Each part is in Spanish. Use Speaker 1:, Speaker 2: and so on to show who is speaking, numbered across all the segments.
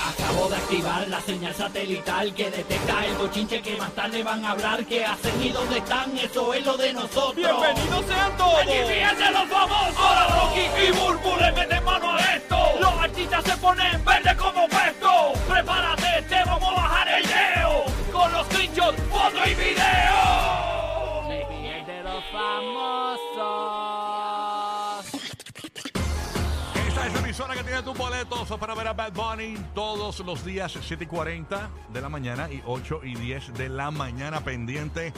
Speaker 1: Acabo de activar la señal satelital que detecta el bochinche que más tarde van a hablar. ¿Qué hacen y dónde están? Eso es lo de nosotros.
Speaker 2: ¡Bienvenidos sean todos!
Speaker 1: ¡Aquí fíjense los famosos!
Speaker 2: Ahora Rocky y Burbu le meten mano a esto. Los artistas se ponen verde como puesto. Prepárate, te vamos a bajar el leo. Con los trinchos, foto y video.
Speaker 1: de los famosos.
Speaker 3: Esta es la emisora que tiene tus boletos para ver a Bad Bunny todos los días 7 y 40 de la mañana y 8 y 10 de la mañana pendiente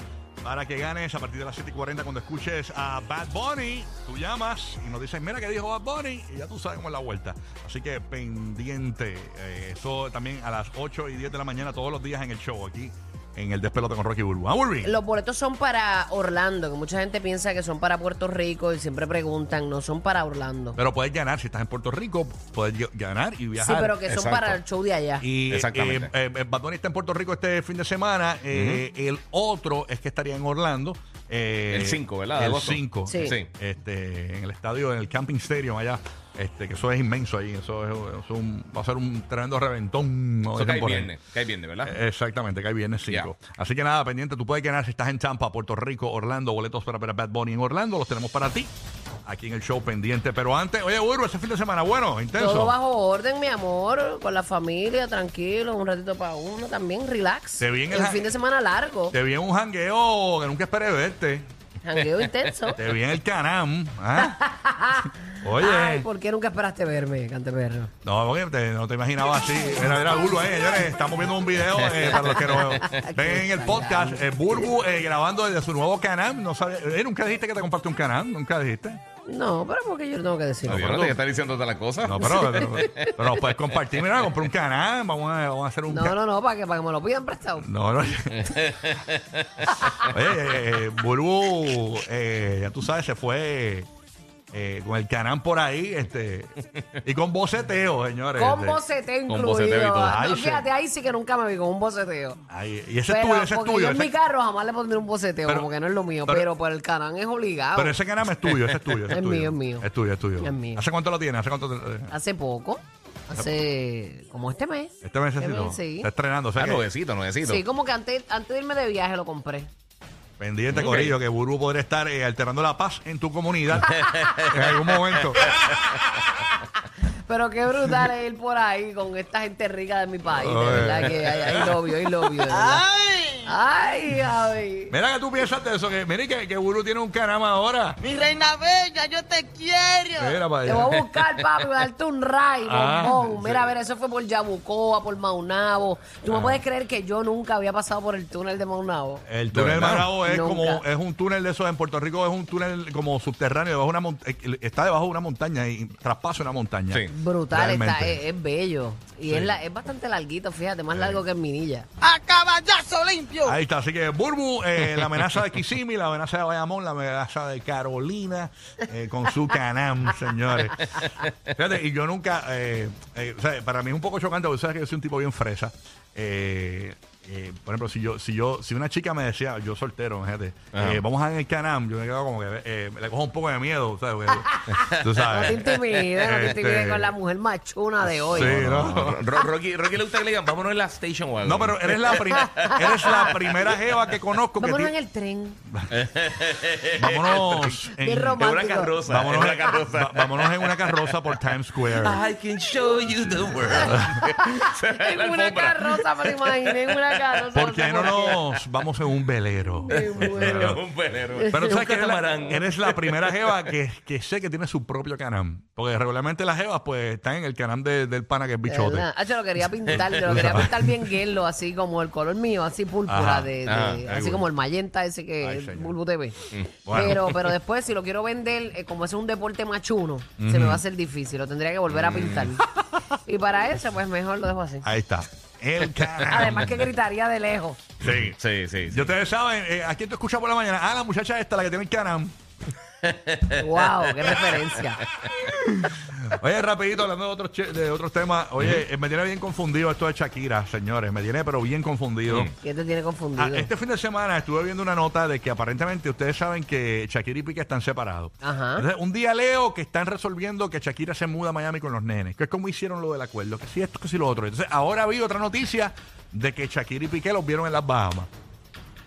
Speaker 3: para que ganes a partir de las 7 y 40 cuando escuches a Bad Bunny. Tú llamas y nos dices, mira que dijo Bad Bunny y ya tú sabes cómo es la vuelta. Así que pendiente. Eh, eso también a las 8 y 10 de la mañana todos los días en el show aquí en el despelote con Rocky Burbu. Ah, Burbu.
Speaker 4: Los boletos son para Orlando, que mucha gente piensa que son para Puerto Rico y siempre preguntan, no son para Orlando.
Speaker 3: Pero puedes ganar, si estás en Puerto Rico, puedes ll- ganar y
Speaker 4: sí,
Speaker 3: viajar.
Speaker 4: pero que son
Speaker 5: exacto.
Speaker 4: para el show de allá.
Speaker 3: Y
Speaker 5: Exactamente.
Speaker 3: eh, eh, Bad Bunny está en Puerto Rico este fin de semana. eh, El otro es que estaría en Orlando. eh,
Speaker 5: El cinco, ¿verdad? De
Speaker 3: El
Speaker 5: agosto.
Speaker 3: 5.
Speaker 4: Sí.
Speaker 5: Sí.
Speaker 3: Este, en el estadio, en el Camping Stadium allá. Este, que eso es inmenso ahí. Eso, es- eso es un- va a ser un tremendo reventón. ¿no?
Speaker 5: Eso
Speaker 3: de
Speaker 5: cae
Speaker 3: temporada.
Speaker 5: viernes, cae viernes, ¿verdad?
Speaker 3: Eh, Exactamente, que hay viernes 5. Así que nada, pendiente, tú puedes ganar si estás en Tampa, Puerto Rico, Orlando, boletos para ver a Bad Bunny en Orlando, los tenemos para ti, aquí en el show pendiente. Pero antes, oye, Burro, ese fin de semana, bueno, intenso.
Speaker 4: Todo bajo orden, mi amor, con la familia, tranquilo, un ratito para uno también, relax.
Speaker 3: Te vi en el
Speaker 4: un
Speaker 3: ja-
Speaker 4: fin de semana largo,
Speaker 3: Te vi en un jangueo que nunca esperé verte.
Speaker 4: jangueo intenso.
Speaker 3: Te vi en el Canam. ¿ah? Oye.
Speaker 4: Ay, pues. ¿por qué nunca esperaste verme, cante perro?
Speaker 3: No, porque te- no te imaginaba así. Era, era Burbu ahí, señores. Estamos viendo un video eh, para los que no ven en el podcast. Eh, Burbu eh, grabando desde su nuevo Canam. No sabe, eh, nunca dijiste que te compraste un Canam. Nunca dijiste.
Speaker 4: No, pero porque yo tengo que decirlo.
Speaker 5: No,
Speaker 3: pero
Speaker 5: pero
Speaker 3: tú-
Speaker 5: te está diciendo todas las cosas. Ah,
Speaker 3: No, pero, pero, pero nos puedes compartir. Mira, compré un Canam. Vamos a, vamos a hacer un
Speaker 4: No,
Speaker 3: Can-
Speaker 4: no, no, para que, para que me lo pidan prestado.
Speaker 3: No, no. Oye, eh, eh, Burbu, eh, ya tú sabes, se fue eh, con el canán por ahí, este, y con boceteo, señores.
Speaker 4: Con
Speaker 3: Este.
Speaker 4: boceteo incluido.
Speaker 5: boceteo y todo.
Speaker 4: No,
Speaker 3: Ay, sí.
Speaker 4: fíjate, ahí sí que nunca me vi con un boceteo.
Speaker 3: Ahí, y ese es
Speaker 4: Pero,
Speaker 3: tuyo, ese es
Speaker 4: porque
Speaker 3: tuyo.
Speaker 4: yo en
Speaker 3: ese-
Speaker 4: mi carro jamás le pondré un boceteo,
Speaker 3: Pero-
Speaker 4: como que no es lo mío,
Speaker 3: pero-
Speaker 4: pero, por el canal es obligado.
Speaker 3: pero ese canam es tuyo, ese es tuyo. ese
Speaker 4: Es
Speaker 3: tuyo.
Speaker 4: mío, es mío.
Speaker 3: Es tuyo, es tuyo.
Speaker 4: Es mío.
Speaker 3: ¿Hace cuánto lo tienes? ¿Hace cuánto te- eh,
Speaker 4: Hace poco, hace como este mes.
Speaker 3: Este mes así, ¿no?
Speaker 4: sí.
Speaker 3: Está estrenando. O sea
Speaker 5: Ah,
Speaker 3: que
Speaker 5: nuevecito, nuevecito.
Speaker 4: Sí, como que antes, antes de irme de viaje lo compré.
Speaker 3: pendiente,
Speaker 5: Ok.
Speaker 3: Corillo, que Burbu podría estar eh, alterando la paz en tu comunidad en algún momento.
Speaker 4: Pero qué brutal es ir por ahí con esta gente rica de mi país, de
Speaker 3: Ay.
Speaker 4: verdad que hay, hay lobby, hay lobby, de verdad. ¡Ay! ¡Ay, Javi!
Speaker 3: Mira que tú piensas de eso, que mira que, que Burbu tiene un canam ahora.
Speaker 6: Mi reina bella, yo te quiero.
Speaker 3: Mira para
Speaker 4: Te
Speaker 3: allá.
Speaker 4: voy a buscar, papi, voy a darte un ray,
Speaker 3: Ah,
Speaker 4: bombón. Mira, a ver, eso fue por Yabucoa, por Maunabo. Tú
Speaker 3: Ah.
Speaker 4: me puedes creer que yo nunca había pasado por el túnel de Maunabo.
Speaker 3: El túnel
Speaker 5: ¿De verdad?
Speaker 3: Marabo es
Speaker 4: Nunca.
Speaker 3: como es un túnel de esos en Puerto Rico es un túnel como subterráneo debajo de una mon- eh, está debajo de una montaña y traspasa una montaña.
Speaker 5: Sí.
Speaker 4: Brutal, está,
Speaker 3: Realmente.
Speaker 4: es, es bello. Y es, la- es bastante larguito, fíjate, más largo que en Minilla.
Speaker 6: A caballazo limpio.
Speaker 3: Ahí está, así que Burbu, eh, la amenaza de Kissimmee, la amenaza de Bayamón, la amenaza de Carolina eh, con su canam, señores. Fíjate, y yo nunca, eh, eh, o sea, para mí es un poco chocante, porque sabes que yo soy un tipo bien fresa. Eh, eh, por ejemplo, si yo, si yo, si una chica me decía, yo soltero, fíjate,
Speaker 5: Ajá.
Speaker 3: eh, vamos a ir al canam, yo me quedo como que eh, le cojo un poco de miedo, ¿sabes? Porque- tú
Speaker 4: No
Speaker 3: sabes.
Speaker 4: te intimides, no te
Speaker 3: Este,
Speaker 4: intimides con la mujer machuna de hoy.
Speaker 3: Sí,
Speaker 5: No,
Speaker 3: no.
Speaker 5: no, no. Ro- Rocky, Rocky le gusta que le digan, vámonos en la station o algo.
Speaker 3: No, pero eres la, prima- eres la primera jeva que conozco que
Speaker 4: Vámonos
Speaker 3: ti-
Speaker 4: en el tren.
Speaker 3: Vámonos
Speaker 4: Bien
Speaker 3: en,
Speaker 5: Es una
Speaker 4: romántico.
Speaker 5: carroza.
Speaker 3: Vámonos,
Speaker 5: es una carroza.
Speaker 3: va- vámonos en una carroza por Times Square.
Speaker 5: I can show you the
Speaker 3: pues.
Speaker 5: world.
Speaker 4: En
Speaker 5: La
Speaker 4: una
Speaker 5: alfombra.
Speaker 4: carroza, me lo imaginé, en una carroza.
Speaker 3: ¿Por qué no
Speaker 4: sé por
Speaker 3: nos vamos en un velero?
Speaker 5: Es un velero.
Speaker 3: Pero tú
Speaker 5: Un
Speaker 3: sabes que eres la,
Speaker 5: catamarán.
Speaker 3: eres la primera jeva que, que sé que tiene su propio canam. Porque regularmente las jevas pues están en el canam de- del pana que es
Speaker 4: De
Speaker 3: bichote.
Speaker 4: verdad. Ah, yo lo quería pintar, yo lo quería pintar bien guerlo, así como el color mío, así púrpura,
Speaker 3: Ajá,
Speaker 4: de, de-
Speaker 5: ajá,
Speaker 4: así
Speaker 3: ay, bueno.
Speaker 4: como el magenta ese que
Speaker 3: Ay,
Speaker 4: es
Speaker 3: señor. Mm,
Speaker 4: Bulbo TV.
Speaker 3: bueno.
Speaker 4: Pero, pero después, si lo quiero vender, eh, como es un deporte machuno, se me va a hacer difícil, lo tendría que volver a pintar.
Speaker 3: Mm.
Speaker 4: y para eso, pues mejor lo dejo así.
Speaker 3: Ahí está. El canam.
Speaker 4: Además que gritaría de lejos.
Speaker 3: Sí.
Speaker 5: Sí, sí.
Speaker 3: Y ustedes saben, eh, ¿a quién tú escuchas por la mañana? Ah, la muchacha esta, la que tiene el canam.
Speaker 4: ¡Wow! ¡Qué referencia!
Speaker 3: Oye, rapidito, hablando de otros, che- de otros temas. Oye, eh, me tiene bien confundido esto de Shakira, señores. Me tiene, pero bien confundido.
Speaker 4: ¿Quién te tiene confundido?
Speaker 3: Ah, este fin de semana estuve viendo una nota de que aparentemente ustedes saben que Shakira y Piqué están separados.
Speaker 4: Ajá.
Speaker 3: Entonces, un día leo que están resolviendo que Shakira se muda a Miami con los nenes, que es como hicieron lo del acuerdo, que si esto, que si lo otro. Entonces, ahora vi otra noticia de que Shakira y Piqué los vieron en las Bahamas,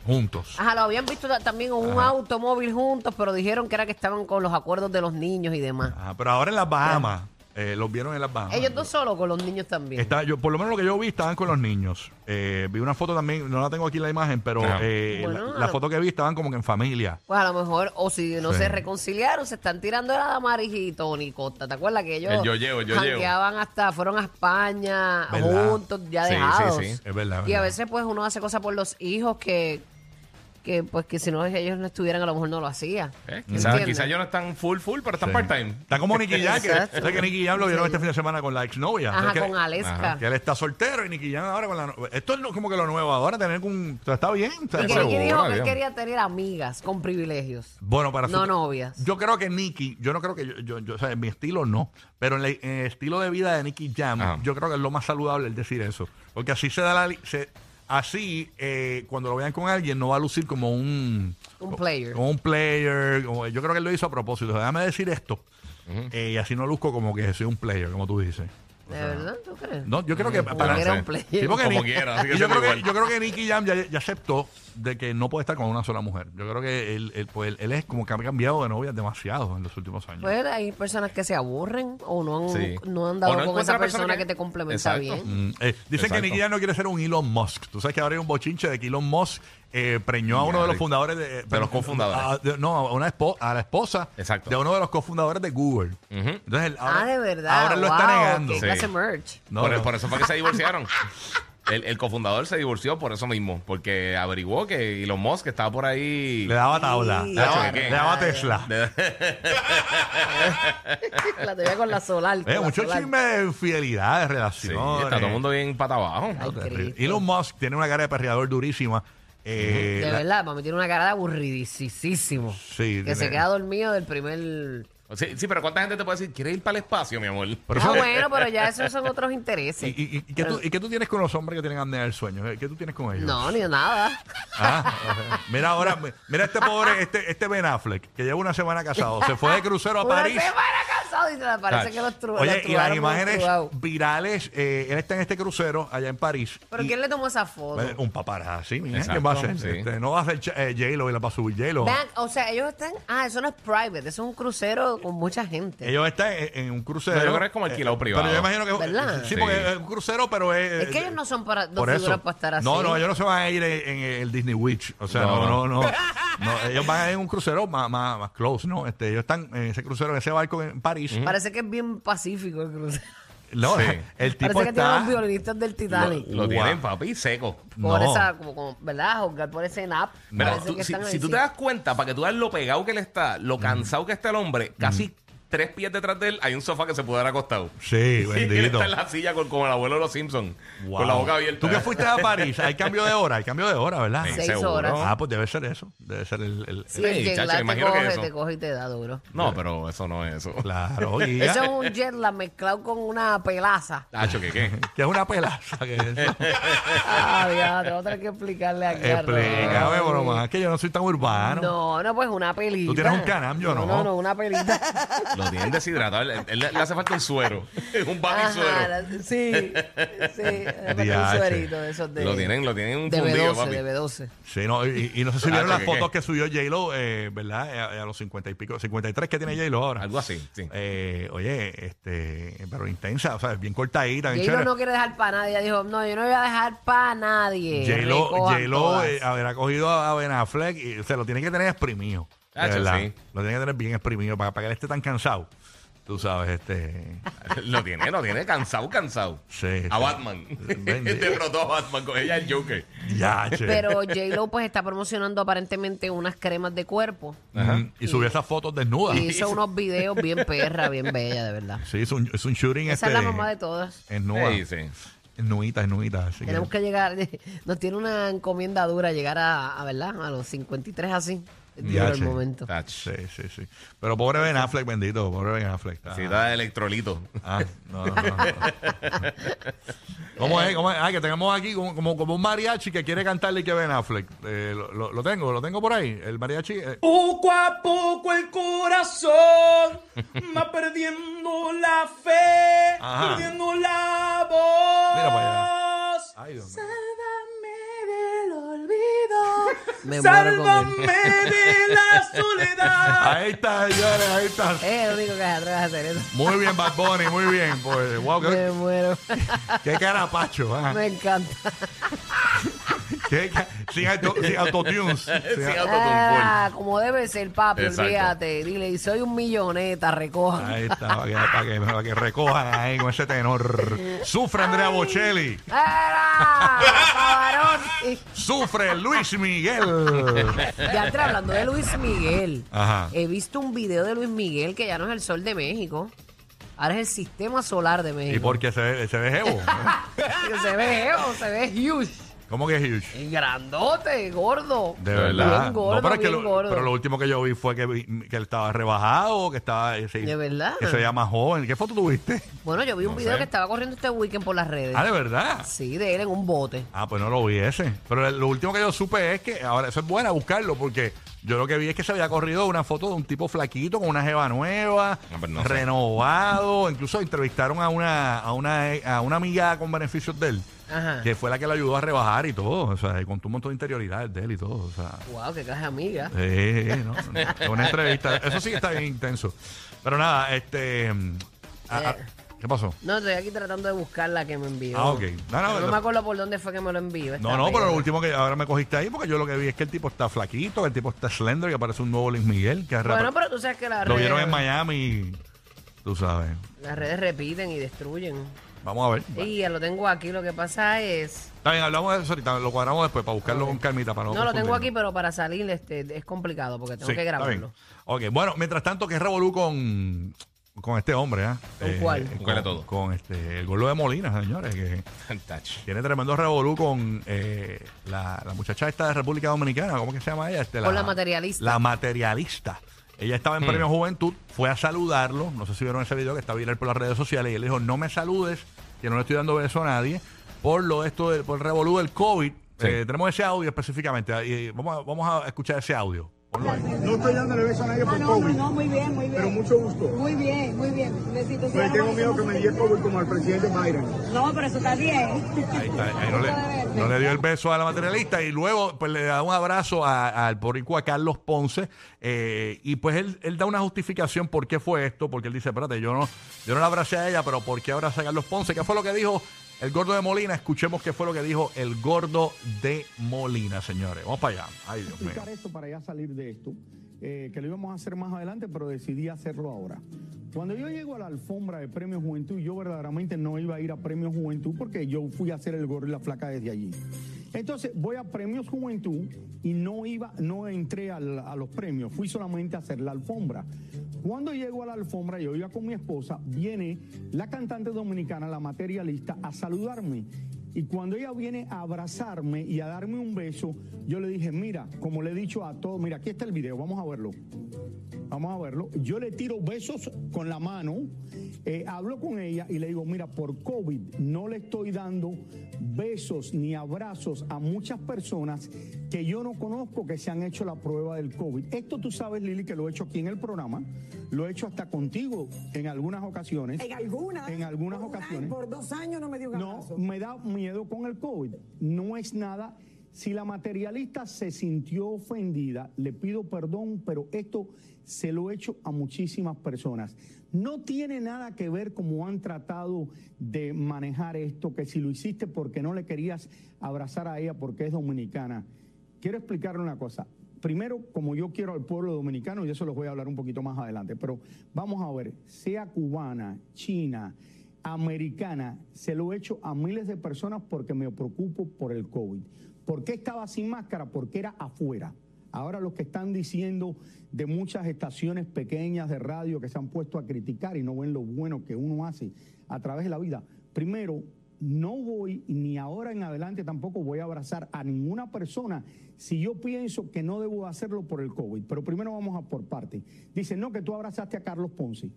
Speaker 3: juntos.
Speaker 4: Ajá, lo habían visto ta- también en un automóvil juntos, pero dijeron que era que estaban con los acuerdos de los niños y demás.
Speaker 3: Ajá, pero ahora en las Bahamas, eh, los vieron en las Bahamas.
Speaker 4: Ellos dos solos con los niños también.
Speaker 3: Está- yo, por lo menos lo que yo vi estaban con los niños. Eh, vi una foto también, no la tengo aquí la imagen, pero
Speaker 5: Ajá.
Speaker 3: eh, la-
Speaker 4: Bueno,
Speaker 3: la,
Speaker 4: a lo-
Speaker 3: foto que vi estaban como que en familia.
Speaker 4: Pues a lo mejor, o si no
Speaker 3: Sí.
Speaker 4: se reconciliaron, se están tirando la Damaris y Tony Costa. ¿Te acuerdas que ellos
Speaker 5: El yoyeo, el yoyeo.
Speaker 4: jangueaban hasta, fueron a España
Speaker 3: ¿Verdad?
Speaker 4: juntos, ya
Speaker 5: Sí, sí,
Speaker 4: dejados?
Speaker 5: sí.
Speaker 3: Es verdad, es
Speaker 4: Y a
Speaker 3: verdad.
Speaker 4: veces pues uno hace cosas por los hijos que, que pues que si no ellos no estuvieran a lo mejor no lo hacía.
Speaker 5: Eh, Quizás
Speaker 4: ¿Entiendes?
Speaker 5: quizás ellos no están full, full, pero están
Speaker 3: Sí.
Speaker 5: part-time.
Speaker 3: Está como Nicky Jam, que,
Speaker 4: Exacto.
Speaker 3: ¿sabes que Nicky Jam lo vieron este fin de semana con la exnovia.
Speaker 4: Ajá,
Speaker 3: Que-
Speaker 4: con Aleska.
Speaker 3: Que él está soltero y Nicky Jam ahora con la... no- Esto es no- como que lo nuevo ahora, tener un... Está bien. está
Speaker 4: Y que
Speaker 3: bien.
Speaker 5: Eso
Speaker 4: Nicky
Speaker 5: es
Speaker 4: dijo
Speaker 5: bola,
Speaker 4: que él
Speaker 5: digamos.
Speaker 4: quería tener amigas con privilegios.
Speaker 3: Bueno, para
Speaker 4: No novias.
Speaker 3: Yo creo que Nicky, yo no creo que yo, yo- yo- o sea, en mi estilo no, pero en, la- en el estilo de vida de Nicky Jam,
Speaker 5: Ajá.
Speaker 3: yo creo que es lo más saludable el decir eso, porque así se da la, li- se- así eh, cuando lo vean con alguien no va a lucir como un
Speaker 4: Un player.
Speaker 3: como un player, como- yo creo que él lo hizo a propósito. Déjame decir esto eh, y así no luzco como que soy un player, como tú dices.
Speaker 4: ¿De verdad? ¿Tú crees?
Speaker 3: No, yo creo que
Speaker 4: Como
Speaker 3: para-
Speaker 4: quiera un
Speaker 5: sí.
Speaker 4: player.
Speaker 3: Sí, porque
Speaker 5: Como
Speaker 3: Ni-
Speaker 5: quiera, así que
Speaker 3: y yo,
Speaker 5: siempre
Speaker 3: creo que,
Speaker 5: igual.
Speaker 3: yo creo que Nicky Jam ya, ya aceptó de que no puede estar con una sola mujer. Yo creo que él, él, pues, él- él es como que ha cambiado de novia demasiado en los últimos años.
Speaker 4: Pues hay personas que se aburren o no han,
Speaker 5: Sí.
Speaker 4: no han
Speaker 5: O
Speaker 4: dado
Speaker 5: no
Speaker 4: con esa persona
Speaker 5: encuentra
Speaker 4: que...
Speaker 5: persona que-
Speaker 4: te complementa
Speaker 5: Exacto.
Speaker 4: bien.
Speaker 3: Mm, eh, dicen que
Speaker 5: Exacto.
Speaker 3: Nicky Jam no quiere ser un Elon Musk. Tú sabes que ahora hay un bochinche de que Elon Musk eh, preñó a uno
Speaker 5: Ya,
Speaker 3: de los
Speaker 5: de-
Speaker 3: fundadores de,
Speaker 5: de los cofundadores.
Speaker 3: a- de- no, a, una espo- a la esposa
Speaker 5: Exacto.
Speaker 3: de uno de los cofundadores de Google. Entonces, él ahora,
Speaker 4: ah, de verdad.
Speaker 3: Ahora él lo está
Speaker 4: Wow,
Speaker 3: negando.
Speaker 4: qué
Speaker 5: Sí.
Speaker 4: clase de merch.
Speaker 3: No,
Speaker 5: por,
Speaker 3: no.
Speaker 5: por eso fue que se divorciaron. El, el cofundador se divorció por eso mismo, porque averiguó que Elon Musk estaba por ahí.
Speaker 3: Le daba tabla.
Speaker 4: Sí, Ah,
Speaker 3: le, daba,
Speaker 5: ¿de qué?
Speaker 3: le daba Tesla.
Speaker 4: la TV con la solar. con
Speaker 3: Eh,
Speaker 4: la
Speaker 3: mucho
Speaker 4: solar.
Speaker 3: chisme de infidelidad, de
Speaker 5: Sí,
Speaker 3: relaciones.
Speaker 5: está todo el mundo bien pata abajo.
Speaker 4: Ay, Cristo.
Speaker 3: Elon Musk tiene una cara de perreador durísima. Eh,
Speaker 4: De
Speaker 3: la-
Speaker 4: verdad, mami tiene una cara de aburridísimo.
Speaker 3: Sí,
Speaker 4: que
Speaker 3: tiene-
Speaker 4: se queda dormido del primer.
Speaker 5: Sí, sí, pero ¿cuánta gente te puede decir, quiere ir para el espacio, mi amor?
Speaker 3: Por
Speaker 4: ah,
Speaker 3: eso-
Speaker 4: bueno, pero ya esos son otros intereses.
Speaker 3: ¿Y, y, y qué tú, y qué tú tienes con los hombres que tienen apnea del sueño? ¿Qué tú tienes con ellos?
Speaker 4: No, ni nada.
Speaker 3: Ah, ok. mira ahora, mira este pobre, este, este Ben Affleck, que lleva una semana casado. Se fue de crucero a
Speaker 4: Una
Speaker 3: París.
Speaker 4: semana casado y se le parece que los truados.
Speaker 3: Oye, y las imágenes virales, eh, él está en este crucero allá en París.
Speaker 4: ¿Pero
Speaker 3: y-
Speaker 4: quién le tomó esa foto?
Speaker 3: Eh, Un paparazzi, mija,
Speaker 5: Exacto,
Speaker 3: ¿qué va a hacer?
Speaker 5: sí.
Speaker 3: Este, no va a hacer cha- eh, J-Lo y la va a subir J-Lo.
Speaker 4: Vean, o sea, ellos están. Ah, eso no es private, eso es un crucero con mucha gente.
Speaker 3: Ellos están en, en un crucero.
Speaker 5: No, yo creo que es como alquilado
Speaker 3: Eh,
Speaker 5: privado.
Speaker 3: Pero yo imagino que.
Speaker 4: ¿Verdad?
Speaker 3: Sí, porque
Speaker 5: Sí.
Speaker 3: es un crucero, pero es.
Speaker 4: Es que ellos no son para- no
Speaker 3: eh, por
Speaker 4: figuran
Speaker 3: eso.
Speaker 4: para estar así.
Speaker 3: No, no, ellos no se van a ir en, en el Disney Witch. O sea, no,
Speaker 5: No,
Speaker 3: no, no. No, ellos van a ir en un crucero más, más, más close, ¿no? Este, ellos están en ese crucero, en ese barco en París.
Speaker 4: Parece que es bien pacífico el crucero.
Speaker 3: No,
Speaker 5: Sí.
Speaker 3: el tipo
Speaker 4: Parece que tiene
Speaker 3: está.
Speaker 4: los violinistas del Titanic.
Speaker 5: Lo
Speaker 3: Wow.
Speaker 5: tienen, papi, seco.
Speaker 4: por
Speaker 3: No.
Speaker 4: esa, como, como- ¿verdad? Juzgar por ese nap.
Speaker 5: Mira,
Speaker 4: Parece
Speaker 5: tú-
Speaker 4: que
Speaker 5: si,
Speaker 4: están
Speaker 5: si
Speaker 4: ahí,
Speaker 5: tú
Speaker 4: sí.
Speaker 5: te das cuenta, para que tú veas lo pegado que él está,
Speaker 3: Mm.
Speaker 5: lo cansado que está el hombre, casi tres pies detrás de él hay un sofá que se puede haber acostado.
Speaker 3: Sí,
Speaker 5: Y él
Speaker 3: bendito.
Speaker 5: está en la silla con, como el abuelo de los Simpsons,
Speaker 3: Wow.
Speaker 5: con la boca abierta.
Speaker 3: Tú que fuiste a París, hay cambio de hora, hay cambio de hora, ¿verdad?
Speaker 4: Seis horas.
Speaker 3: Ah, pues debe ser eso. Debe ser el. el-
Speaker 4: Sí,
Speaker 5: Sí,
Speaker 4: el jet
Speaker 5: chacho,
Speaker 4: lag te
Speaker 5: imagino que
Speaker 4: coge,
Speaker 5: eso.
Speaker 4: te coge y te da duro.
Speaker 5: No, pero eso no es eso.
Speaker 3: Claro, guía.
Speaker 4: Eso es un jet lag mezclado con una pelaza.
Speaker 5: Tacho, ¿qué qué?
Speaker 3: Que es una pelaza. Que es eso.
Speaker 4: Ah, ya, te voy a tener que explicarle aquí. a Raúl.
Speaker 3: Explícame, bro, más que yo no soy tan urbano.
Speaker 4: No, no, pues una pelita.
Speaker 3: Tú tienes un canam, yo no.
Speaker 4: No, no, una pelita.
Speaker 5: Lo tienen deshidratado. Él, él- le hace falta un suero. Un baby
Speaker 4: Ajá,
Speaker 5: suero.
Speaker 4: la- sí, sí. Un
Speaker 3: Diache.
Speaker 4: suerito de esos de...
Speaker 5: Lo tienen, lo tienen un
Speaker 4: de
Speaker 5: fundido,
Speaker 4: B12,
Speaker 5: papi.
Speaker 4: de B12.
Speaker 3: Sí, no, y, y no sé si
Speaker 5: Ah,
Speaker 3: vieron las
Speaker 5: ¿qué,
Speaker 3: fotos
Speaker 5: qué?
Speaker 3: que subió J-Lo, eh, ¿verdad? Eh, A, a los 50 y pico, 53 que tiene J-Lo ahora.
Speaker 5: Algo así, sí.
Speaker 3: Eh, oye, este, pero intensa, o sea, bien cortadita, bien
Speaker 4: J-Lo
Speaker 3: chévere.
Speaker 4: no quiere dejar para nadie. Ella dijo, no, yo no voy a dejar para nadie.
Speaker 3: J-Lo,
Speaker 4: Recojan
Speaker 3: J-Lo
Speaker 4: todas.
Speaker 3: eh, haber acogido a Ben Affleck y se lo tiene que tener exprimido. de
Speaker 5: Hacho,
Speaker 3: verdad.
Speaker 5: sí.
Speaker 3: Lo tiene que tener bien exprimido para, para que él esté tan cansado. Tú sabes, este.
Speaker 5: Lo tiene, lo tiene cansado, cansado.
Speaker 3: Sí, sí.
Speaker 5: A Batman.
Speaker 3: Bendito.
Speaker 5: Derrotó a Batman con ella el Joker.
Speaker 3: Ya, che.
Speaker 4: Pero J-Lo pues está promocionando aparentemente unas cremas de cuerpo.
Speaker 3: Mm, Y subió esas fotos desnudas.
Speaker 4: Y hizo unos videos bien perra, bien bella, de verdad.
Speaker 3: Sí, es un, es un shooting. este,
Speaker 4: Esa es la mamá de todas.
Speaker 3: Es nuda.
Speaker 5: Sí, sí.
Speaker 3: Es nuita, es nuita. así que-
Speaker 4: Tenemos que llegar, nos tiene una encomienda dura llegar a, a, ¿verdad? A los 53 así. Es duro
Speaker 3: Ya,
Speaker 4: el
Speaker 3: che. Ah.
Speaker 4: momento.
Speaker 5: Tach.
Speaker 3: Sí, sí, sí. Pero pobre Ben Affleck, bendito, pobre Ben Affleck. Ah,
Speaker 5: Necesita electrolito.
Speaker 3: ah, no, no, no. ¿Cómo es? ¿Cómo es? Ah, que tengamos aquí como, como, como un mariachi que quiere cantarle que Ben Affleck. Eh, lo, lo- lo tengo, lo tengo por ahí. El mariachi. eh,
Speaker 7: Poco a poco el corazón va perdiendo la fe,
Speaker 3: Ajá.
Speaker 7: perdiendo la voz.
Speaker 3: Mira para ay, Dios mío.
Speaker 7: Sálvame del olvido,
Speaker 4: Me muero con él.
Speaker 7: sálvame de la soledad.
Speaker 3: Ahí está, señores, ahí está.
Speaker 4: Es el único que se atreve a hacer eso.
Speaker 3: Muy bien, Bad Bunny, muy bien. Pues, wow,
Speaker 4: Me
Speaker 3: qué,
Speaker 4: muero.
Speaker 3: qué carapacho. ah.
Speaker 4: Me encanta.
Speaker 3: Qué ca- sin, auto- sin autotunes. Sin-
Speaker 5: Sí,
Speaker 4: Ah,
Speaker 5: autocontrol.
Speaker 4: como debe ser, papi,
Speaker 5: Exacto.
Speaker 4: olvídate. Dile, y soy un milloneta, recojan.
Speaker 3: Ahí está, para que, para que- para que recojan ahí con ese tenor. Sufre Andrea Bocelli.
Speaker 4: ¡Era! Pavarotti.
Speaker 3: Sufre Luis Miguel.
Speaker 4: Ya entra hablando de Luis Miguel.
Speaker 3: Ajá.
Speaker 4: He visto un video de Luis Miguel que ya no es el sol de México. Ahora es el sistema solar de México.
Speaker 3: Y porque se ve, se ve jevo.
Speaker 4: Porque se ve, oh, se ve huge.
Speaker 3: ¿Cómo que es huge?
Speaker 4: Y grandote, gordo.
Speaker 3: De verdad.
Speaker 4: Bien gordo,
Speaker 3: No, pero, es que
Speaker 4: bien
Speaker 3: lo,
Speaker 4: gordo.
Speaker 3: pero lo último que yo vi fue que, vi- que él estaba rebajado, que estaba. ese-
Speaker 4: De verdad.
Speaker 3: Que se veía más joven. ¿Qué foto tuviste?
Speaker 4: Bueno, yo vi un
Speaker 3: No
Speaker 4: video
Speaker 3: sé.
Speaker 4: que estaba corriendo este weekend por las redes.
Speaker 3: Ah, de verdad.
Speaker 4: Sí, de él en un bote.
Speaker 3: Ah, pues no lo vi ese. Pero lo último que yo supe es que, ahora, eso es bueno buscarlo, porque yo lo que vi es que se había corrido una foto de un tipo flaquito con una jeva nueva,
Speaker 5: No, pero Ah, pues no sé.
Speaker 3: renovado. Incluso entrevistaron a una, a una, a una amiga con beneficios de él,
Speaker 4: Ajá.
Speaker 3: que fue la que lo ayudó a rebajar y todo. O sea, y contó un montón de interioridades de él y todo. O sea,
Speaker 4: Wow, qué caja amiga.
Speaker 3: eh, eh, no, no, una entrevista. Eso sí que está bien intenso. Pero nada, este. mm, a-
Speaker 4: Eh.
Speaker 3: a- ¿Qué pasó?
Speaker 4: No, estoy aquí tratando de buscar la que me envió.
Speaker 3: Ah, ok. No,
Speaker 4: No,
Speaker 3: no, no.
Speaker 4: me acuerdo por dónde fue que me lo envió.
Speaker 3: No,
Speaker 4: esta
Speaker 3: no, pero
Speaker 4: perra.
Speaker 3: lo último que ahora me cogiste ahí, porque yo lo que vi es que el tipo está flaquito, que el tipo está slender, que parece un nuevo Luis Miguel. Que
Speaker 4: Bueno, pues,
Speaker 3: rap-
Speaker 4: pero tú sabes que las
Speaker 3: lo
Speaker 4: redes,
Speaker 3: vieron en Miami, tú sabes.
Speaker 4: las redes repiten y destruyen.
Speaker 3: Vamos a ver.
Speaker 4: Y ya lo tengo aquí, lo que pasa es...
Speaker 3: Está bien, hablamos de eso ahorita, lo cuadramos después para buscarlo con calmita. Para no,
Speaker 4: No, lo tengo
Speaker 3: confundirnos.
Speaker 4: aquí, pero para salir este, es complicado porque tengo
Speaker 3: Sí,
Speaker 4: que
Speaker 3: está
Speaker 4: grabarlo.
Speaker 3: bien. Ok, bueno, mientras tanto, ¿qué revolú con, con este hombre? ¿ah?
Speaker 4: ¿Con cuál?
Speaker 5: ¿Cuál
Speaker 3: Con,
Speaker 5: de todo?
Speaker 3: con este, el gordo de Molina, señores, que
Speaker 5: Tach.
Speaker 3: tiene tremendo revolú con eh, la, la muchacha esta de República Dominicana, ¿cómo que se llama ella? Este,
Speaker 4: Con la materialista.
Speaker 3: La materialista. Ella estaba en
Speaker 5: Hmm.
Speaker 3: Premio Juventud, fue a saludarlo, no sé si vieron ese video que está viral por las redes sociales, y él dijo, no me saludes, que no le estoy dando beso a nadie, por lo de esto, del, por el revolú del COVID.
Speaker 5: Sí.
Speaker 3: Eh, tenemos ese audio específicamente, y vamos a, vamos a escuchar ese audio. Ponlo ahí.
Speaker 8: No estoy dándole beso a nadie por
Speaker 9: Ah, no,
Speaker 8: COVID.
Speaker 9: no, no, muy bien, muy bien.
Speaker 8: Pero mucho gusto.
Speaker 9: Muy bien, muy bien. Besitos.
Speaker 8: Me tengo miedo que me dé COVID como al presidente Biden.
Speaker 9: No, pero eso está bien.
Speaker 3: Ahí está, ahí no, le, no le dio el beso a la materialista y luego pues le da un abrazo a- al boricua Carlos Ponce eh, y pues él, él da una justificación por qué fue esto, porque él dice, espérate, yo no, yo no la abracé a ella, pero ¿por qué abracé a Carlos Ponce? ¿Qué fue lo que dijo el gordo de Molina? Escuchemos qué fue lo que dijo el gordo de Molina, señores. Vamos para allá. Ay, Dios mío.
Speaker 8: explicar esto para ya salir de esto, eh, que lo íbamos a hacer más adelante, pero decidí hacerlo ahora. Cuando yo llego a la alfombra de Premio Juventud, yo verdaderamente no iba a ir a Premio Juventud porque yo fui a hacer el gorro y la flaca desde allí. Entonces voy a Premios Juventud y no iba, no entré al- a los premios, fui solamente a hacer la alfombra. Cuando llego a la alfombra, yo iba con mi esposa, viene la cantante dominicana, la materialista, a saludarme. Y cuando ella viene a abrazarme y a darme un beso, yo le dije, mira, como le he dicho a todos, mira, aquí está el video, vamos a verlo. Vamos a verlo. Yo le tiro besos con la mano, eh, hablo con ella y le digo, mira, por COVID no le estoy dando besos ni abrazos a muchas personas que yo no conozco que se han hecho la prueba del COVID. Esto tú sabes, Lili, que lo he hecho aquí en el programa, lo he hecho hasta contigo en algunas ocasiones.
Speaker 9: En algunas.
Speaker 8: En algunas
Speaker 9: por un año,
Speaker 8: ocasiones.
Speaker 9: por dos años no me dio un
Speaker 8: No,
Speaker 9: abrazo.
Speaker 8: me da miedo con el COVID. No es nada. Si la materialista se sintió ofendida, le pido perdón, pero esto se lo he hecho a muchísimas personas. No tiene nada que ver cómo han tratado de manejar esto, que si lo hiciste porque no le querías abrazar a ella porque es dominicana. Quiero explicarle una cosa. Primero, como yo quiero al pueblo dominicano, y eso los voy a hablar un poquito más adelante, pero vamos a ver, sea cubana, china, americana, se lo he hecho a miles de personas porque me preocupo por el COVID. ¿Por qué estaba sin máscara? Porque era afuera. Ahora los que están diciendo de muchas estaciones pequeñas de radio que se han puesto a criticar y no ven lo bueno que uno hace a través de la vida. Primero, no voy ni ahora en adelante tampoco voy a abrazar a ninguna persona si yo pienso que no debo hacerlo por el COVID. Pero primero vamos a por parte. Dice, no, que tú abrazaste a Carlos Ponce.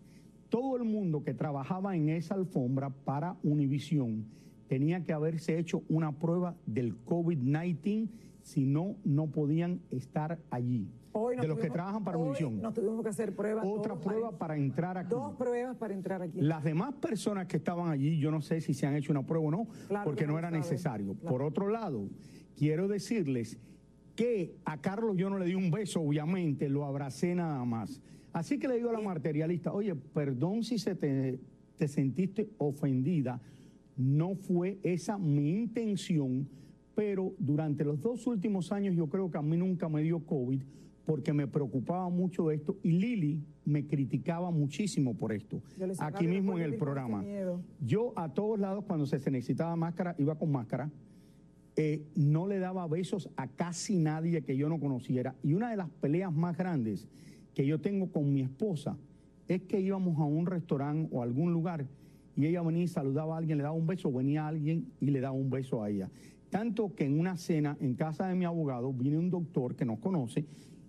Speaker 8: Todo el mundo que trabajaba en esa alfombra para Univisión tenía que haberse hecho una prueba del COVID-19, si no, no podían estar allí.
Speaker 9: Hoy nos
Speaker 8: de los que
Speaker 9: tuvimos-
Speaker 8: trabajan para
Speaker 9: hoy
Speaker 8: Univisión.
Speaker 9: Nos tuvimos que hacer pruebas.
Speaker 8: Otra
Speaker 9: todos
Speaker 8: prueba para entrar aquí.
Speaker 9: Dos pruebas para entrar aquí.
Speaker 8: Las demás personas que estaban allí, yo no sé si se han hecho una prueba o no,
Speaker 9: Claro
Speaker 8: porque
Speaker 9: que
Speaker 8: no
Speaker 9: no
Speaker 8: era
Speaker 9: sabe,
Speaker 8: necesario.
Speaker 9: claro.
Speaker 8: Por otro lado, quiero decirles que a Carlos yo no le di un beso, obviamente, lo abracé nada más. Así que le digo a la materialista, oye, perdón si se te, te sentiste ofendida, no fue esa mi intención, pero durante los dos últimos años yo creo que a mí nunca me dio COVID porque me preocupaba mucho esto y Lili me criticaba muchísimo por esto,
Speaker 9: Yo le decía,
Speaker 8: aquí
Speaker 9: "Gaby, no
Speaker 8: mismo en
Speaker 9: puedes
Speaker 8: el
Speaker 9: vivir con ese
Speaker 8: programa.
Speaker 9: miedo".
Speaker 8: Yo a todos lados cuando se se necesitaba máscara iba con máscara, eh, no le daba besos a casi nadie que yo no conociera. Y una de las peleas más grandes que yo tengo con mi esposa es que íbamos a un restaurante o a algún lugar y ella venía y saludaba a alguien, le daba un beso, venía alguien y le daba un beso a ella. Tanto que en una cena en casa de mi abogado viene un doctor que nos conoce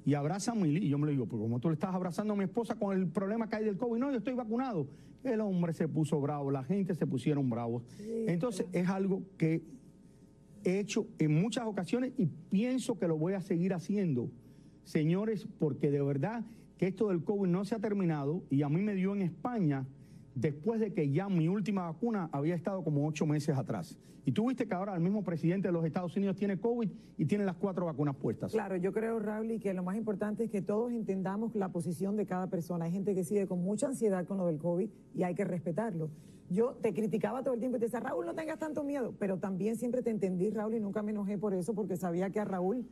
Speaker 8: y abraza a Mili. Y yo me lo digo, pero como tú le estás abrazando a mi esposa con el problema que hay del COVID, no, yo estoy vacunado. El hombre se puso bravo, la gente se pusieron bravos. Entonces es algo que he hecho en muchas ocasiones y pienso que lo voy a seguir haciendo, señores, porque de verdad que esto del COVID no se ha terminado y a mí me dio en España después de que ya mi última vacuna había estado como ocho meses atrás. Y tú viste que ahora el mismo presidente de los Estados Unidos tiene COVID y tiene las cuatro vacunas puestas.
Speaker 9: Claro, yo creo, Raúl, y que lo más importante es que todos entendamos la posición de cada persona. Hay gente que sigue con mucha ansiedad con lo del COVID y hay que respetarlo. Yo te criticaba todo el tiempo y te decía, Raúl, no tengas tanto miedo, pero también siempre te entendí, Raúl, y nunca me enojé por eso porque sabía que a Raúl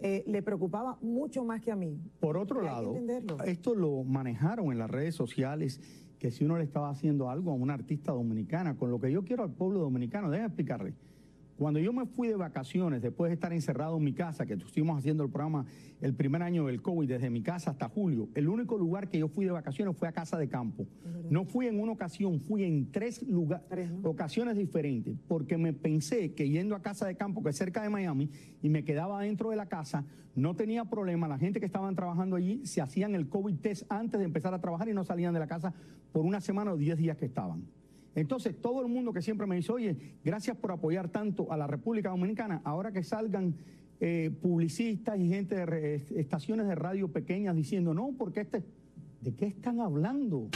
Speaker 9: eh, le preocupaba mucho más que a mí.
Speaker 8: Por otro
Speaker 9: Hay que
Speaker 8: lado,
Speaker 9: entenderlo.
Speaker 8: esto lo manejaron en las redes sociales, que si uno le estaba haciendo algo a una artista dominicana, con lo que yo quiero al pueblo dominicano, déjame explicarle. Cuando yo me fui de vacaciones, después de estar encerrado en mi casa, que estuvimos haciendo el programa el primer año del COVID, desde mi casa hasta julio, el único lugar que yo fui de vacaciones fue a casa de campo. No fui en una ocasión, fui en tres, lugar,
Speaker 9: Tres, ¿no?
Speaker 8: ocasiones diferentes, porque me pensé que yendo a casa de campo, que es cerca de Miami, y me quedaba dentro de la casa, no tenía problema. La gente que estaban trabajando allí se hacían el COVID test antes de empezar a trabajar y no salían de la casa por una semana o diez días que estaban. Entonces, todo el mundo que siempre me dice, oye, gracias por apoyar tanto a la República Dominicana, ahora que salgan eh, publicistas y gente de re- estaciones de radio pequeñas diciendo, no, porque este... ¿De qué están hablando?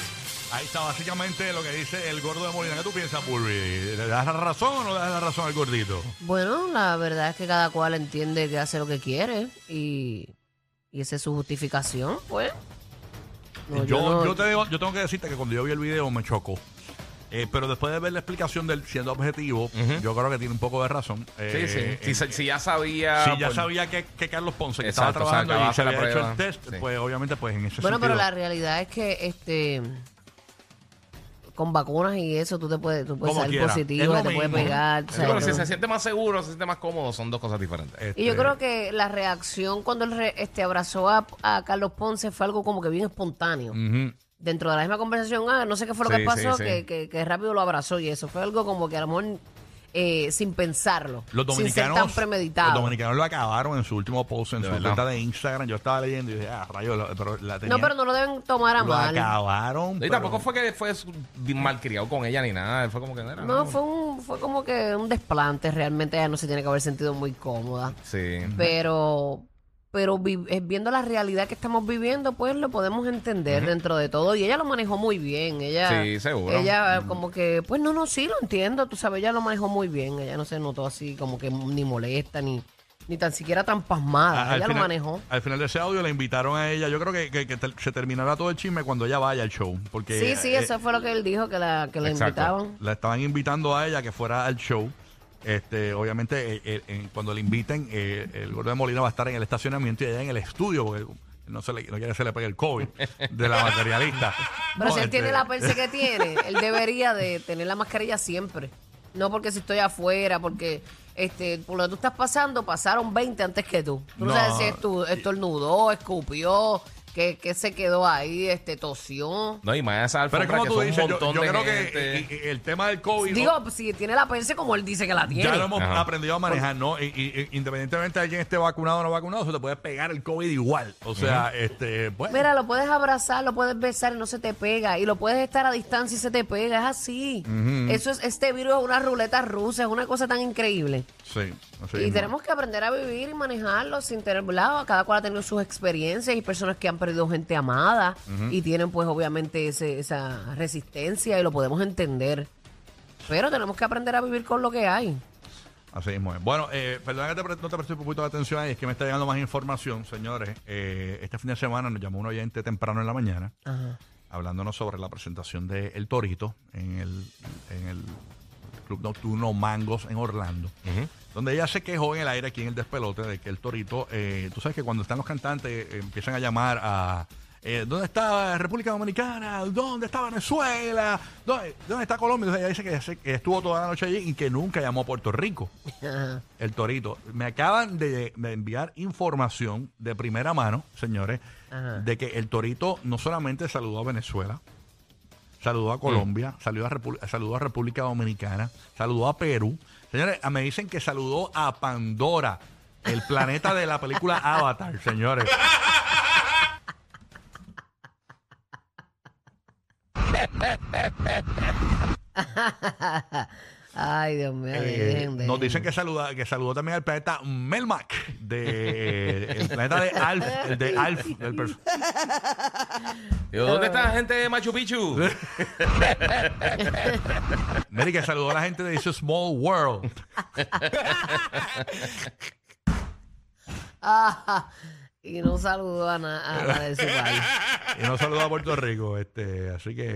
Speaker 3: Ahí está básicamente lo que dice el gordo de Molina. ¿Qué tú piensas, Pulvi? ¿Le das la razón o no le das la razón al gordito?
Speaker 4: Bueno, la verdad es que cada cual entiende que hace lo que quiere y, y esa es su justificación, pues. No,
Speaker 3: Eh, yo,
Speaker 4: no-
Speaker 3: yo te digo- yo tengo que decirte que cuando yo vi el video me chocó. Eh, pero después de ver la explicación del siendo objetivo, yo creo que tiene un poco de razón.
Speaker 5: Sí,
Speaker 3: Eh,
Speaker 5: sí.
Speaker 3: eh,
Speaker 5: si, sa- si ya sabía.
Speaker 3: si ya
Speaker 5: pues,
Speaker 3: sabía que, que Carlos Ponce que
Speaker 5: Exacto,
Speaker 3: estaba trabajando
Speaker 5: o sea,
Speaker 3: y se
Speaker 5: acababa
Speaker 3: había
Speaker 5: la
Speaker 3: hecho el
Speaker 5: prueba.
Speaker 3: test,
Speaker 5: Sí.
Speaker 3: pues obviamente pues en ese
Speaker 4: Bueno, pero la
Speaker 3: sentido.
Speaker 4: realidad es que este con vacunas y eso tú te puedes, tú puedes
Speaker 3: Como
Speaker 4: salir
Speaker 3: quiera, es
Speaker 4: positivo,
Speaker 3: lo
Speaker 4: te puedes
Speaker 3: mismo.
Speaker 4: pegar.
Speaker 5: sí,
Speaker 4: ¿sabes?
Speaker 5: pero si
Speaker 4: Tú-
Speaker 5: se siente más seguro, se siente más cómodo, son dos cosas diferentes.
Speaker 3: Eh,
Speaker 4: Y yo creo que la reacción cuando él re- este, abrazó a, a Carlos Ponce fue algo como que bien espontáneo.
Speaker 3: Mm.
Speaker 4: Dentro de la misma conversación, ah, no sé qué fue lo
Speaker 5: Sí,
Speaker 4: que
Speaker 5: sí,
Speaker 4: pasó,
Speaker 5: sí.
Speaker 4: Que, que- que rápido lo abrazó y eso. Fue algo como que a lo mejor eh, sin pensarlo,
Speaker 3: Los
Speaker 4: sin ser
Speaker 3: dominicanos,
Speaker 4: tan premeditado.
Speaker 3: los dominicanos lo acabaron en su último post, en
Speaker 5: De
Speaker 3: su
Speaker 5: verdad.
Speaker 3: cuenta de Instagram. Yo estaba leyendo y dije, ah, rayos, lo- pero la tenían-
Speaker 4: no, pero no lo deben tomar a
Speaker 3: lo
Speaker 4: mal.
Speaker 3: acabaron.
Speaker 5: Y
Speaker 3: pero-
Speaker 5: tampoco fue que fue su- malcriado con ella ni nada. Fue como que era,
Speaker 4: No, fue, un, fue como que un desplante. Realmente ella no se tiene que haber sentido muy cómoda.
Speaker 5: Sí.
Speaker 4: pero pero vi- eh, viendo la realidad que estamos viviendo pues lo podemos entender dentro de todo y ella lo manejó muy bien ella
Speaker 5: Sí, seguro.
Speaker 4: ella eh, como que pues no no sí lo entiendo tú sabes ella lo manejó muy bien ella no se notó así como que ni molesta ni ni tan siquiera tan pasmada
Speaker 3: al
Speaker 4: ella lo
Speaker 3: final-
Speaker 4: manejó
Speaker 3: Al final de ese audio le invitaron a ella. Yo creo que, que- que te- se terminará todo el chisme cuando ella vaya al show. Porque
Speaker 4: sí sí
Speaker 3: eh,
Speaker 4: eso fue lo que él dijo que la que la
Speaker 5: Exacto.
Speaker 4: invitaban
Speaker 3: la estaban invitando a ella que fuera al show. Este, obviamente, eh, eh, en- cuando le inviten, eh, el gordo de Molina va a estar en el estacionamiento y ella en el estudio, porque no, se le, no quiere que se le pegue el COVID de la materialista.
Speaker 4: Pero
Speaker 3: No,
Speaker 4: si él
Speaker 3: este,
Speaker 4: tiene la perse que tiene, él debería de tener la mascarilla siempre. No porque si estoy afuera, porque este, por lo que tú estás pasando, pasaron 20 antes que tú. Tú
Speaker 3: No.
Speaker 4: no, sabes si estu- estornudó, escupió, que, que se quedó ahí, este, tosió.
Speaker 5: No, y más esa
Speaker 3: Pero es
Speaker 5: alfombra
Speaker 3: como
Speaker 5: que
Speaker 3: tú
Speaker 5: son
Speaker 3: dices,
Speaker 5: un
Speaker 3: yo,
Speaker 5: montón
Speaker 3: yo
Speaker 5: de
Speaker 3: creo
Speaker 5: gente.
Speaker 3: que y- y- el tema del COVID.
Speaker 4: Digo,
Speaker 3: ¿no?
Speaker 4: pues, si tiene la pese como él dice que la tiene.
Speaker 3: ya lo hemos
Speaker 5: Ajá.
Speaker 3: aprendido a manejar, ¿no? Y, y- y independientemente de quién esté vacunado o no vacunado, se te puede pegar el COVID igual. O sea, este, pues.
Speaker 4: Mira, lo puedes abrazar, lo puedes besar y no se te pega. Y lo puedes estar a distancia y se te pega. Es así. Eso es, este virus es una ruleta rusa, es una cosa tan increíble.
Speaker 3: sí, así
Speaker 4: y
Speaker 3: mismo.
Speaker 4: tenemos que aprender a vivir y manejarlo sin tener lado. Cada cual ha tenido sus experiencias y personas que han perdido gente amada y tienen pues obviamente ese- esa resistencia y lo podemos entender. Pero tenemos que aprender a vivir con lo que hay.
Speaker 3: Así mismo es. Bueno, eh, perdón que te pre- no te presté un poquito de atención ahí, es que me está llegando más información, señores. Eh, este fin de semana nos llamó un oyente temprano en la mañana, hablándonos sobre la presentación de El Torito en el, en el Club Nocturno Mangos en Orlando, donde ella se quejó en el aire aquí en el despelote de que El Torito, eh, tú sabes que cuando están los cantantes eh, empiezan a llamar a... eh, ¿Dónde está República Dominicana? ¿Dónde está Venezuela? ¿Dónde, dónde está Colombia? Entonces ella dice que se- que estuvo toda la noche allí y que nunca llamó a Puerto Rico.
Speaker 4: Ajá.
Speaker 3: El Torito. Me acaban de, de enviar información de primera mano, señores,
Speaker 4: Ajá.
Speaker 3: de que el Torito no solamente saludó a Venezuela, saludó a Colombia, saludó, a Repu- saludó a República Dominicana, saludó a Perú. Señores, ah, me dicen que saludó a Pandora, el planeta de la película Avatar, señores.
Speaker 4: Ay, Dios mío.
Speaker 3: Eh,
Speaker 4: dejen, dejen.
Speaker 3: nos dicen que, saluda, que saludó también al planeta Melmac, de, el planeta de Alf, el de Alf, del pers-
Speaker 5: Digo, ¿Dónde está la gente de Machu Picchu?
Speaker 3: Mary, que saludó a la gente de It's a Small World.
Speaker 4: Ah, y no saludó a, na- a nadie de su país.
Speaker 3: Y no saludó a Puerto Rico. Este, así que.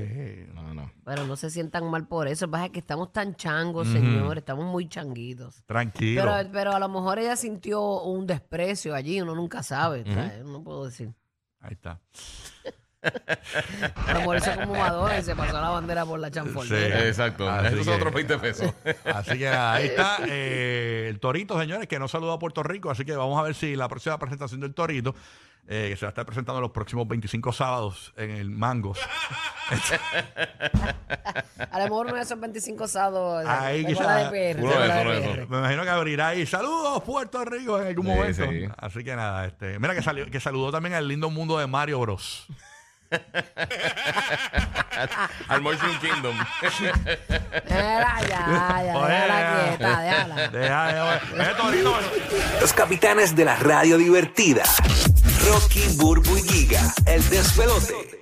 Speaker 3: eh,
Speaker 5: No, no.
Speaker 4: Pero no se sientan mal por eso. Pasa que estamos tan changos, señores. Estamos muy changuitos.
Speaker 3: Tranquilo.
Speaker 4: Pero, pero a lo mejor ella sintió un desprecio allí. Uno nunca sabe. ¿sabes? No puedo decir.
Speaker 3: Ahí está.
Speaker 4: A lo mejor hizo como Madonna y se pasó la bandera por la chanfornera.
Speaker 3: Sí.
Speaker 5: Exacto.
Speaker 3: Así
Speaker 5: Estos
Speaker 3: que-
Speaker 5: son otros 20 pesos.
Speaker 3: Así que ahí está eh, el Torito, señores, que no saludó a Puerto Rico. Así que vamos a ver si la próxima presentación del Torito, eh, que se va a estar presentando los próximos 25 sábados en el Mangos.
Speaker 4: A lo mejor uno de esos 25 sábados.
Speaker 3: Ahí
Speaker 4: de
Speaker 3: quizá-
Speaker 4: bola de PR,
Speaker 5: Uno de
Speaker 4: bola
Speaker 5: esos, uno de
Speaker 4: PR.
Speaker 5: esos.
Speaker 3: Me imagino que abrirá ahí. Saludos, Puerto Rico, en algún
Speaker 5: Sí,
Speaker 3: momento.
Speaker 5: sí.
Speaker 3: Así que nada, este. Mira que, salió, que saludó también al lindo mundo de Mario Bros.
Speaker 5: Al Mushroom Kingdom.
Speaker 4: Mira, ya, ya. Déjala
Speaker 3: Oye,
Speaker 4: quieta, déjala.
Speaker 3: Pues, Deja, deja, eh, Torito,
Speaker 2: Los capitanes de la radio divertida. Rocky, Burbu y Giga. El despelote.